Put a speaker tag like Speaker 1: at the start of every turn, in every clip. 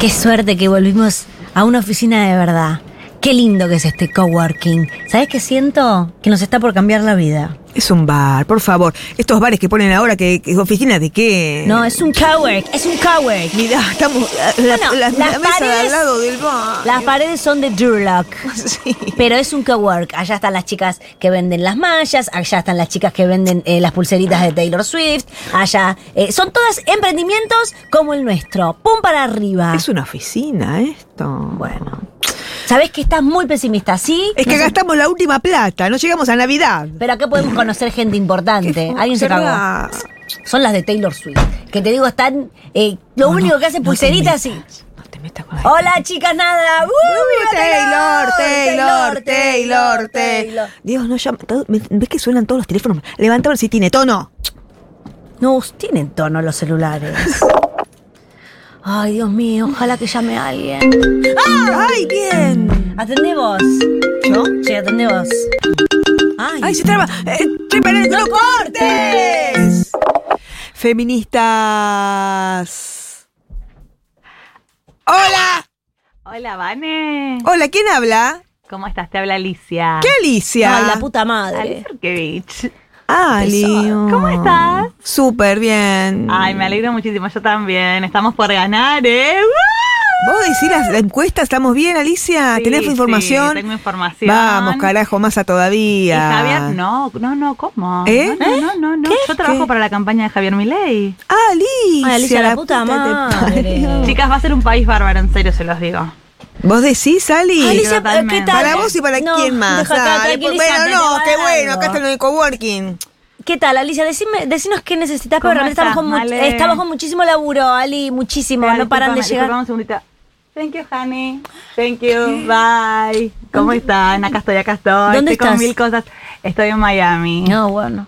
Speaker 1: Qué suerte que volvimos a una oficina de verdad. Qué lindo que es este coworking. ¿Sabes qué siento? Que nos está por cambiar la vida.
Speaker 2: Es un bar, por favor. Estos bares que ponen ahora, que, que oficinas de qué.
Speaker 1: No, es un cowork, es un cowork.
Speaker 2: Mirá, estamos. La,
Speaker 1: Bueno,
Speaker 2: la- la
Speaker 1: las
Speaker 2: mesa de al
Speaker 1: paredes-
Speaker 2: lado del bar.
Speaker 1: Las paredes son de Durlock.
Speaker 2: Sí.
Speaker 1: Pero es un cowork. Allá están las chicas que venden las mallas, allá están las chicas que venden eh, las pulseritas de Taylor Swift, allá. eh, son todas emprendimientos como el nuestro. ¡Pum para arriba!
Speaker 2: Es una oficina esto.
Speaker 1: Bueno. Sabes que estás muy pesimista, ¿sí?
Speaker 2: Es que gastamos la última plata, no llegamos a Navidad.
Speaker 1: Pero acá podemos conocer gente importante. Alguien se cagó.
Speaker 2: Observa.
Speaker 1: Son las de Taylor Swift. Que te digo, están. eh, lo
Speaker 2: No,
Speaker 1: único
Speaker 2: no,
Speaker 1: que hacen
Speaker 2: no te
Speaker 1: pulseritas y.
Speaker 2: metas, No te metas con la
Speaker 1: Hola, chicas, nada. ¡Uh,
Speaker 2: Uy,
Speaker 1: viva
Speaker 2: Taylor, Taylor, Taylor, Taylor. Dios, no llama. todo- me- ¿Ves que suenan todos los teléfonos? Levanta a ver si tiene tono.
Speaker 1: No, tienen tono los celulares. Ay, Dios mío, ojalá que llame a alguien.
Speaker 2: ¡Ay, bien!
Speaker 1: Atendé vos.
Speaker 2: ¿Yo?
Speaker 1: Sí, atendé vos. Ay,
Speaker 2: ¡Ay, se traba! Eh, ¡Trepan el- ¡No cortes! Feministas. ¡Hola!
Speaker 3: Hola, Vane.
Speaker 2: Hola, ¿quién habla?
Speaker 3: ¿Cómo estás? Te habla Alicia.
Speaker 2: ¿Qué Alicia?
Speaker 1: ay, la puta
Speaker 3: Alicia
Speaker 1: madre.
Speaker 3: Urkevich.
Speaker 2: Ali.
Speaker 1: Pesado.
Speaker 3: ¿Cómo estás?
Speaker 2: Súper bien.
Speaker 3: Ay, me alegro muchísimo. Yo también. Estamos por ganar, ¿eh?
Speaker 2: ¿Vos decís las- la encuesta? ¿Estamos bien, Alicia?
Speaker 3: Sí,
Speaker 2: Ah, ¿Tenés
Speaker 3: sí,
Speaker 2: información?
Speaker 3: tengo información.
Speaker 2: Vamos, carajo, masa
Speaker 3: Y
Speaker 2: todavía.
Speaker 3: Javier, no, no, no, ¿cómo?
Speaker 2: ¿Eh?
Speaker 3: No, no, no, no, no. Yo trabajo
Speaker 2: ¿Qué?
Speaker 3: para la campaña de Javier Milei.
Speaker 2: Ah, Alicia.
Speaker 1: Ay, Alicia, la puta
Speaker 2: te
Speaker 1: madre.
Speaker 2: parió.
Speaker 3: Chicas, va a ser un país bárbaro, en serio se los digo.
Speaker 2: ¿Vos decís, Ali?
Speaker 1: Alicia,
Speaker 3: totalmente.
Speaker 1: ¿qué tal?
Speaker 2: Para vos y para
Speaker 1: No,
Speaker 2: quién más.
Speaker 1: deja acá,
Speaker 2: Dale, pues,
Speaker 1: tranquilízate,
Speaker 2: bueno, no,
Speaker 1: te
Speaker 2: qué
Speaker 1: va
Speaker 2: bueno,
Speaker 1: dando.
Speaker 2: acá está en el coworking.
Speaker 1: ¿Qué tal, Alicia? Decime, decinos qué necesitas, pero
Speaker 3: ¿Cómo
Speaker 1: realmente estamos
Speaker 3: estás,
Speaker 1: con, mu-
Speaker 3: Male?
Speaker 1: estamos con muchísimo laburo, Ali, muchísimo,
Speaker 3: Espera,
Speaker 1: no paran de
Speaker 3: discúlpame, discúlpame
Speaker 1: llegar.
Speaker 3: un segundito. Thank you, honey. Thank you. Bye. ¿Cómo están? Acá estoy, acá estoy.
Speaker 1: ¿Dónde
Speaker 3: estoy
Speaker 1: estás?
Speaker 3: con mil cosas. Estoy en Miami.
Speaker 1: No, bueno.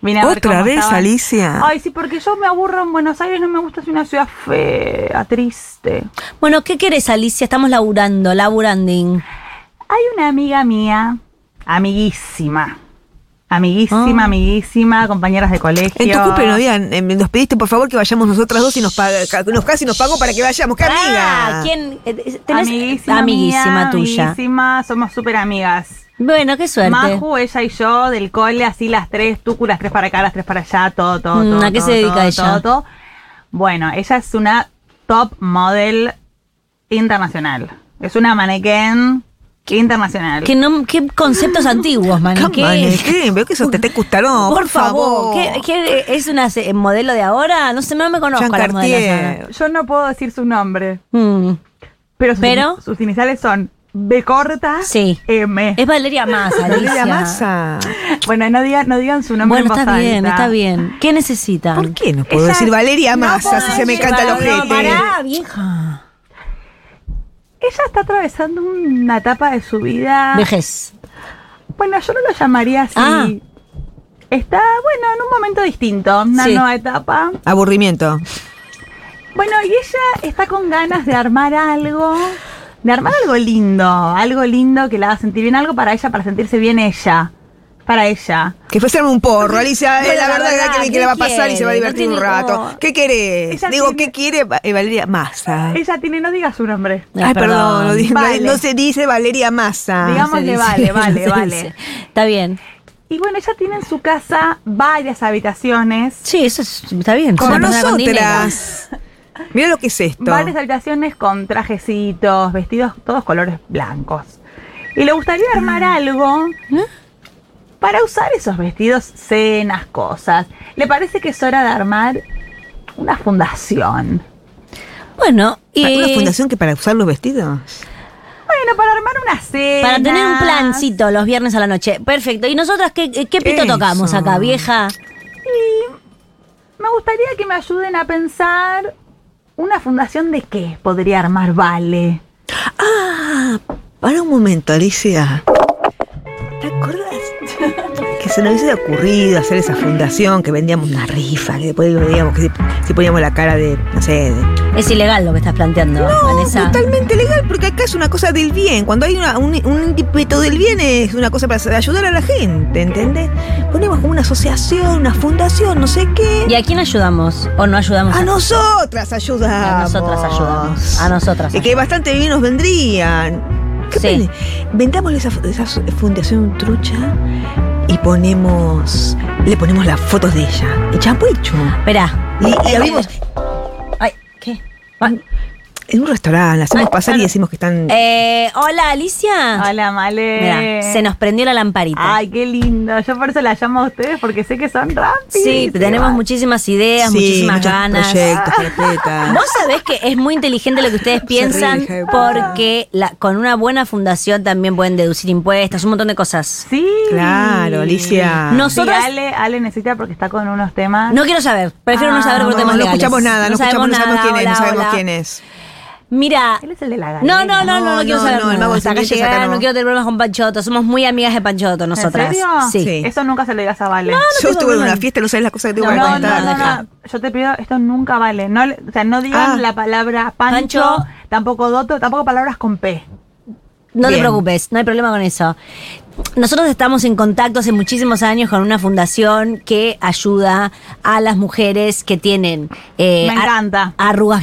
Speaker 3: Vine a ver
Speaker 2: ¿Otra
Speaker 3: cómo
Speaker 2: vez,
Speaker 3: estaban.
Speaker 2: Alicia?
Speaker 3: Ay, sí, porque yo me aburro en Buenos Aires, no me gusta, es una ciudad fea, triste.
Speaker 1: Bueno, ¿qué querés, Alicia? Estamos laburando, laburanding.
Speaker 3: Hay una amiga mía, amiguísima. Amiguísima,
Speaker 1: Ah.
Speaker 3: amiguísima, compañeras de colegio.
Speaker 2: En tu cumple no había, eh, nos pediste por favor que vayamos nosotras dos y nos, paga- ca- nos casi nos pagó para que vayamos, qué amiga.
Speaker 1: Ah, ¿quién? eh, tenés-
Speaker 3: Amiguísima,
Speaker 1: amiguísima
Speaker 3: mía,
Speaker 1: tuya.
Speaker 3: Amiguísima, somos súper amigas.
Speaker 1: Bueno, qué suerte.
Speaker 3: Maju, ella y yo, del cole, así las tres, tú las tres para acá, las tres para allá, todo, todo,
Speaker 1: Mm,
Speaker 3: todo.
Speaker 1: ¿a qué se
Speaker 3: todo,
Speaker 1: dedica
Speaker 3: todo,
Speaker 1: ella?
Speaker 3: todo, todo. Bueno, ella es una top model internacional. Es una mannequin internacional.
Speaker 1: ¿Qué, nom- qué conceptos antiguos, man.
Speaker 2: Come
Speaker 1: ¿Qué?
Speaker 2: on, eh, ¿qué? Veo que eso te, te gustaron.
Speaker 1: Por favor, ¿qué, qué- es una se- modelo de ahora? No sé, no me conozco
Speaker 2: Jean
Speaker 1: a las modelos de ahora.
Speaker 2: Cartier.
Speaker 3: Yo no puedo decir su nombre,
Speaker 1: Mm.
Speaker 3: pero sus,
Speaker 1: ¿Pero?
Speaker 3: sus iniciales son B corta
Speaker 1: Sí.
Speaker 3: M.
Speaker 1: Es Valeria Massa,
Speaker 2: Valeria
Speaker 1: Alicia.
Speaker 2: Massa.
Speaker 3: Bueno, no digan, no digan su nombre
Speaker 1: Bueno,
Speaker 3: en
Speaker 1: está
Speaker 3: voz
Speaker 1: bien,
Speaker 3: alta.
Speaker 1: está bien. ¿Qué necesitan?
Speaker 2: ¿Por qué no puedo
Speaker 3: Ella-
Speaker 2: decir Valeria Massa si se me encanta el
Speaker 1: No,
Speaker 2: ojete?
Speaker 1: pará, vieja.
Speaker 3: Ella está atravesando una etapa de su vida.
Speaker 1: Ah, Vejez.
Speaker 3: Bueno, yo no lo llamaría así.
Speaker 1: Ah.
Speaker 3: Está, bueno, en un momento distinto, una
Speaker 1: Sí.
Speaker 3: nueva etapa.
Speaker 2: Aburrimiento.
Speaker 3: Bueno, y ella está con ganas de armar algo, de armar algo lindo, algo lindo que la haga sentir bien, algo para ella, para sentirse bien ella, para ella.
Speaker 2: Que fue hacerme un porro, Alicia. eh,
Speaker 1: Bueno,
Speaker 2: la
Speaker 1: la
Speaker 2: verdad,
Speaker 1: verdad,
Speaker 2: que, que
Speaker 1: ¿qué
Speaker 2: la va a pasar y se va a
Speaker 1: quiere?
Speaker 2: divertir
Speaker 1: No
Speaker 2: un
Speaker 1: tiene
Speaker 2: rato.
Speaker 1: como-
Speaker 2: ¿Qué querés?
Speaker 3: Ella
Speaker 2: Digo,
Speaker 3: tiene-
Speaker 2: ¿qué quiere Va- eh, Valeria Massa?
Speaker 3: Ella tiene, no diga su nombre.
Speaker 1: Ay,
Speaker 2: Ay, perdón,
Speaker 1: perdón.
Speaker 2: no, di-
Speaker 3: Vale.
Speaker 2: no se dice Valeria Massa.
Speaker 3: Digamos-
Speaker 1: Se
Speaker 3: le
Speaker 1: dice,
Speaker 3: vale, vale,
Speaker 1: se
Speaker 3: vale.
Speaker 1: dice. Está bien.
Speaker 3: Y bueno, ella tiene en su casa varias habitaciones,
Speaker 1: Sí, eso es- está bien. Es
Speaker 2: Como
Speaker 1: una persona con dinero.
Speaker 2: nosotras. Mira lo que es esto.
Speaker 3: varias habitaciones con trajecitos, vestidos todos colores blancos. Y le gustaría armar algo
Speaker 1: ¿Eh?
Speaker 3: para usar esos vestidos, cenas, cosas. Le parece que es hora de armar una fundación.
Speaker 1: Bueno, y.
Speaker 2: ¿Una fundación que para usar los vestidos?
Speaker 3: Bueno, para armar una cena.
Speaker 1: Para tener un plancito los viernes a la noche. Perfecto. ¿Y nosotras qué, qué pito
Speaker 2: Eso.
Speaker 1: tocamos acá, vieja?
Speaker 3: Me gustaría que me ayuden a pensar una fundación de qué podría armar Vale.
Speaker 2: Ah, para un momento, Alicia. ¿Te acordás? Que que se nos hubiese ocurrido hacer esa fundación, que vendíamos una rifa, que después vendíamos, que si, si poníamos la cara de, no sé, de,
Speaker 1: Es ilegal lo que estás planteando,
Speaker 2: No,
Speaker 1: Vanessa.
Speaker 2: totalmente legal, porque acá es una cosa del bien. Cuando hay una- un, un ímpetu del bien es una cosa para ayudar a la gente, ¿entendés? Ponemos como una asociación, una fundación, no sé qué.
Speaker 1: ¿Y a quién ayudamos? ¿O no ayudamos?
Speaker 2: A nosotras ayudamos.
Speaker 1: A nosotras ayudamos. A nosotras
Speaker 2: Y que bastante bien nos vendrían. ¿Qué
Speaker 1: Sí.
Speaker 2: pena? Vendámosle esa, fu- esa su- fundación trucha y ponemos. Le ponemos las fotos de ella. Y champuicho.
Speaker 1: Ah, Espera.
Speaker 2: Y, y abrimos
Speaker 1: Ay, ¿qué? Ah,
Speaker 2: en un restaurante, la hacemos
Speaker 1: Ay,
Speaker 2: pasar y
Speaker 1: Ah, claro.
Speaker 2: decimos que están.
Speaker 1: eh, hola, Alicia.
Speaker 3: Hola, Male.
Speaker 1: Ah. Mirá, se nos prendió la lamparita.
Speaker 3: Ay, qué lindo. Yo por eso la llamo a ustedes porque sé que son rápidos.
Speaker 1: sí, tenemos muchísimas ideas,
Speaker 2: Sí,
Speaker 1: muchísimas
Speaker 2: muchos
Speaker 1: ganas.
Speaker 2: Proyectos, carpetas.
Speaker 1: Vos sabés que es muy inteligente lo que ustedes piensan
Speaker 2: hija de puta.
Speaker 1: porque la- con una buena fundación también pueden deducir impuestos, un montón de cosas.
Speaker 3: Sí.
Speaker 2: Claro, Alicia.
Speaker 1: No
Speaker 3: Sí,
Speaker 1: Nosotras-
Speaker 3: Ale, Ale necesita porque está con unos temas.
Speaker 1: No quiero saber, prefiero no
Speaker 3: Ah,
Speaker 1: saber por
Speaker 2: No,
Speaker 1: temas
Speaker 2: no
Speaker 1: legales.
Speaker 2: escuchamos nada, no, escuchamos, no sabemos
Speaker 1: nada,
Speaker 2: quién es, no
Speaker 1: hola,
Speaker 2: sabemos
Speaker 1: hola.
Speaker 2: quién es.
Speaker 1: Mira,
Speaker 3: Él es el de la
Speaker 1: no, no,
Speaker 3: galera.
Speaker 1: no, no, no,
Speaker 2: No,
Speaker 1: quiero
Speaker 2: no,
Speaker 1: saber.
Speaker 2: no, el
Speaker 1: nada.
Speaker 2: mago
Speaker 1: Hasta acá
Speaker 2: Silvestre
Speaker 1: llegar,
Speaker 2: acá no.
Speaker 1: no quiero tener problemas con Panchoto, somos muy amigas de Panchoto nosotras.
Speaker 3: ¿En serio?
Speaker 1: Sí.
Speaker 2: Sí.
Speaker 3: Eso nunca se lo digas a Vale.
Speaker 1: No,
Speaker 2: Yo
Speaker 1: tengo
Speaker 2: estuve en una
Speaker 1: problema.
Speaker 2: fiesta, no sabes las cosas que te
Speaker 3: No,
Speaker 2: voy a
Speaker 3: no, no,
Speaker 2: contar.
Speaker 3: no,
Speaker 1: deja.
Speaker 3: no. Yo te pido, esto nunca vale. No, le- o sea, no digas
Speaker 2: Ah.
Speaker 3: la palabra pancho,
Speaker 1: Pancho.
Speaker 3: tampoco doto, tampoco palabras con P.
Speaker 1: No te
Speaker 2: Bien.
Speaker 1: preocupes, no hay problema con eso. Nosotros estamos en contacto hace muchísimos años con una fundación que ayuda a las mujeres que tienen eh,
Speaker 3: Me
Speaker 1: ar-
Speaker 3: encanta.
Speaker 1: arrugas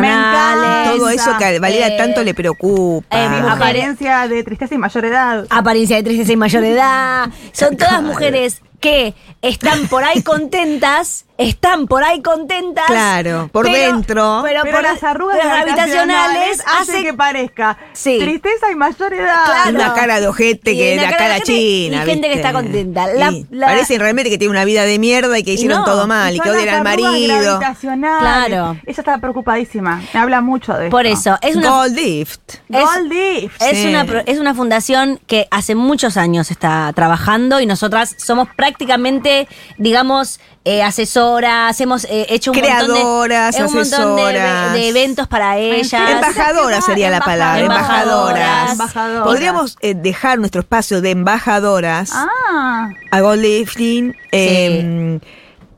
Speaker 1: gravitacionales,
Speaker 3: encanta.
Speaker 2: Todo eso que a Valeria
Speaker 1: Eh,
Speaker 2: tanto le preocupa.
Speaker 1: eh, mujer. Ah,
Speaker 3: Apariencia de tristeza y mayor edad.
Speaker 1: apariencia de 36 y mayor edad. Son todas
Speaker 2: Claro.
Speaker 1: mujeres que están por ahí contentas, están por ahí contentas.
Speaker 2: Claro, por dentro.
Speaker 1: Pero,
Speaker 3: Pero
Speaker 1: por
Speaker 3: las arrugas
Speaker 1: las gravitacionales
Speaker 3: hacen
Speaker 1: hace
Speaker 3: que parezca
Speaker 1: Sí.
Speaker 3: tristeza y mayor edad.
Speaker 1: Claro.
Speaker 2: Una cara de ojete
Speaker 1: Y
Speaker 2: que
Speaker 1: una
Speaker 2: la
Speaker 1: cara de
Speaker 2: cara,
Speaker 1: ojete
Speaker 2: china.
Speaker 1: y gente que
Speaker 2: ¿viste?
Speaker 1: está contenta. La-
Speaker 2: Sí.
Speaker 1: la-
Speaker 2: Parecen realmente que tiene una vida de mierda y que hicieron
Speaker 1: no,
Speaker 2: todo mal y
Speaker 3: Son
Speaker 2: que odian
Speaker 3: las
Speaker 2: al
Speaker 3: arrugas
Speaker 2: marido.
Speaker 3: gravitacionales.
Speaker 1: Claro.
Speaker 3: Ella está preocupadísima. Me habla mucho de
Speaker 1: Por
Speaker 3: esto.
Speaker 1: eso, es una
Speaker 2: Gold lift.
Speaker 1: es-
Speaker 3: Gold leaf.
Speaker 1: Es,
Speaker 2: Sí.
Speaker 1: una, pro- es una fundación que hace muchos años está trabajando y nosotras somos prácticamente, digamos, eh, asesoras, hemos eh, hecho un montón de,
Speaker 2: Creadoras,
Speaker 1: eh, un montón de,
Speaker 2: asesoras.
Speaker 1: de eventos para ellas.
Speaker 2: Embajadora sería la palabra,
Speaker 1: Embajadoras.
Speaker 2: embajadoras.
Speaker 3: Embajadoras.
Speaker 2: Podríamos eh, dejar nuestro espacio de embajadoras
Speaker 3: Ah.
Speaker 2: a Goldlifting eh,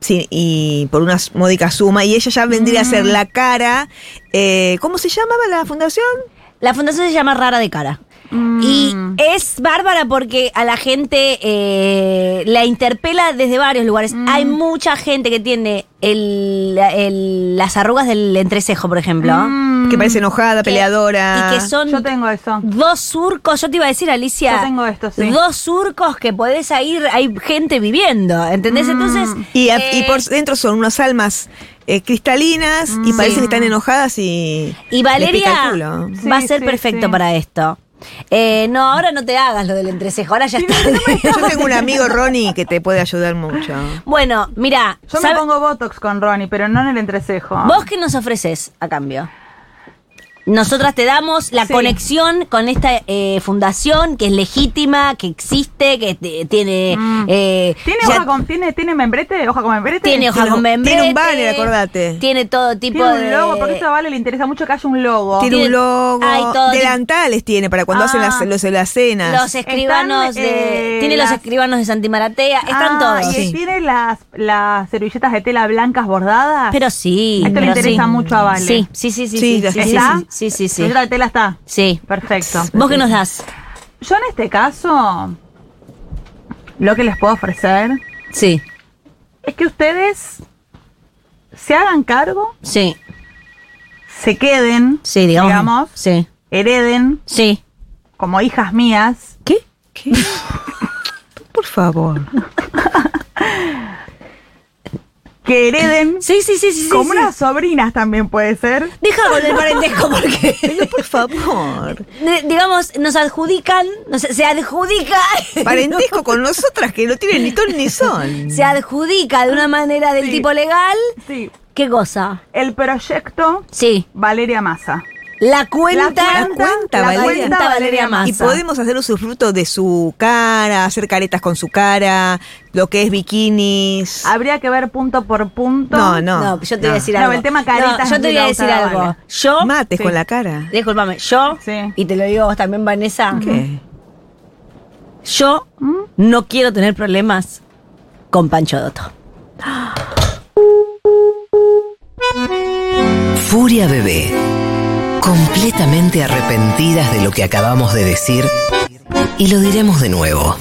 Speaker 2: sí, y por una módica suma y ella ya vendría a ser la cara eh, ¿cómo se llamaba la fundación?
Speaker 1: La fundación se llama Rara de Cara. Y
Speaker 3: Mm.
Speaker 1: es bárbara porque a la gente eh, la interpela desde varios lugares.
Speaker 3: Mm.
Speaker 1: Hay mucha gente que tiene el, el- las arrugas del entrecejo, por ejemplo.
Speaker 2: que parece enojada,
Speaker 1: Que-
Speaker 2: peleadora
Speaker 1: Y que son
Speaker 3: Mm. Yo tengo eso.
Speaker 1: dos surcos, yo te iba a decir, Alicia.
Speaker 3: Yo tengo esto, sí.
Speaker 1: Dos surcos que podés ir, hay gente viviendo, ¿entendés?
Speaker 3: Mm.
Speaker 1: Entonces.
Speaker 2: y, a-
Speaker 1: eh,
Speaker 2: y por dentro son unas almas eh, cristalinas y parecen que están enojadas y
Speaker 1: y
Speaker 2: les pica
Speaker 1: Valeria
Speaker 2: el culo.
Speaker 1: va a
Speaker 3: Sí,
Speaker 1: ser
Speaker 3: sí,
Speaker 1: perfecto
Speaker 3: sí.
Speaker 1: para esto. Eh, no, ahora no te hagas lo del entrecejo, ahora ya está.
Speaker 2: yo tengo un amigo Ronnie que te puede ayudar mucho
Speaker 1: bueno, mira,
Speaker 3: Yo me pongo Botox con Ronnie, pero no en el entrecejo.
Speaker 1: ¿vos qué nos ofreces a cambio? Nosotras te damos la
Speaker 3: Sí.
Speaker 1: conexión con esta eh, fundación que es legítima, que existe, que te- tiene... eh,
Speaker 3: Mm. ¿Tiene,
Speaker 1: ya-
Speaker 3: hoja con, ¿tiene, ¿Tiene membrete? ¿Hoja con membrete?
Speaker 1: Tiene hoja
Speaker 2: Tiene
Speaker 1: con
Speaker 2: un-
Speaker 1: membrete.
Speaker 2: tiene un banner, acordate.
Speaker 1: Tiene todo tipo
Speaker 3: Tiene
Speaker 1: de...
Speaker 3: un logo, porque esto a Vale le interesa mucho que haya un logo.
Speaker 2: tiene
Speaker 1: tiene-
Speaker 2: un logo
Speaker 1: hay todo-
Speaker 2: delantales tiene para cuando hacen
Speaker 3: Ah.
Speaker 2: las, los- las cenas
Speaker 1: Los escribanos
Speaker 3: Están,
Speaker 1: de...
Speaker 3: eh,
Speaker 1: tiene
Speaker 3: las-
Speaker 1: los escribanos de Santi Maratea. Están
Speaker 3: Ah,
Speaker 1: todos.
Speaker 3: Y
Speaker 2: Sí.
Speaker 3: tiene las, las servilletas de tela blancas bordadas.
Speaker 1: Pero sí.
Speaker 3: Esto le
Speaker 1: pero
Speaker 3: interesa
Speaker 1: sí.
Speaker 3: mucho a Vale.
Speaker 1: Sí, sí, sí, sí.
Speaker 2: Sí,
Speaker 1: Sí,
Speaker 2: ya
Speaker 1: sí, sí,
Speaker 3: ¿Está?
Speaker 1: sí, sí, sí.
Speaker 3: Servilletas de tela está.
Speaker 1: Sí.
Speaker 3: Perfecto.
Speaker 1: ¿Vos qué nos das?
Speaker 3: Yo en este caso, lo que les puedo ofrecer
Speaker 1: Sí,
Speaker 3: es que ustedes se hagan cargo,
Speaker 1: sí,
Speaker 3: se queden,
Speaker 1: sí, digamos.
Speaker 3: Digamos.
Speaker 1: Sí,
Speaker 3: hereden
Speaker 1: sí.
Speaker 3: como hijas mías
Speaker 1: ¿Qué?
Speaker 2: ¿Qué? por favor
Speaker 3: que hereden
Speaker 1: Sí, sí, sí, sí. sí,
Speaker 3: como
Speaker 1: sí.
Speaker 3: unas sobrinas también puede ser.
Speaker 1: Deja con el parentesco porque...
Speaker 2: pero por favor
Speaker 1: de- digamos, nos adjudican, nos- se adjudica...
Speaker 2: parentesco con nosotras que no tienen ni ton ni son
Speaker 1: se adjudica de una manera del
Speaker 3: Sí.
Speaker 1: tipo legal.
Speaker 3: Sí.
Speaker 1: ¿Qué cosa?
Speaker 3: El proyecto
Speaker 1: Sí.
Speaker 3: Valeria Massa.
Speaker 1: La cuenta.
Speaker 2: La cuenta,
Speaker 1: la
Speaker 2: Valeria.
Speaker 1: cuenta Valeria Massa.
Speaker 2: Y podemos hacer usufructo de su cara, hacer caretas con su cara, lo que es bikinis.
Speaker 3: Habría que ver punto por punto.
Speaker 2: No, no.
Speaker 1: No, yo te voy a decir
Speaker 3: No,
Speaker 1: algo.
Speaker 3: el tema careta es
Speaker 1: yo te
Speaker 3: muy
Speaker 1: voy a
Speaker 3: la
Speaker 1: decir
Speaker 3: usada,
Speaker 1: algo.
Speaker 3: vale.
Speaker 1: Yo.
Speaker 2: Mates
Speaker 3: Sí.
Speaker 2: con la cara.
Speaker 1: Disculpame, yo.
Speaker 3: Sí.
Speaker 1: Y te lo digo vos también, Vanessa.
Speaker 2: ¿Qué?
Speaker 1: Yo
Speaker 3: ¿Mm?
Speaker 1: no quiero tener problemas con Pancho Doto.
Speaker 4: Furia Bebé. Completamente arrepentidas de lo que acabamos de decir y lo diremos de nuevo.